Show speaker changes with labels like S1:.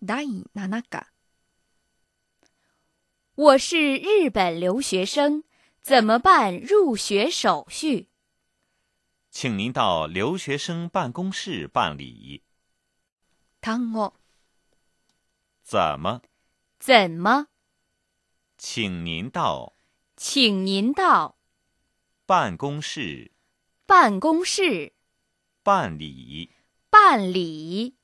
S1: 第7課。
S2: 我是日本留学生，怎么办入学手续？
S3: 请您到留学生办公室办理。
S1: 単語、
S3: 怎么？
S2: 怎么？
S3: 请您到
S2: 请您到
S3: 办公室
S2: 办公室
S3: 办理。
S2: 办理。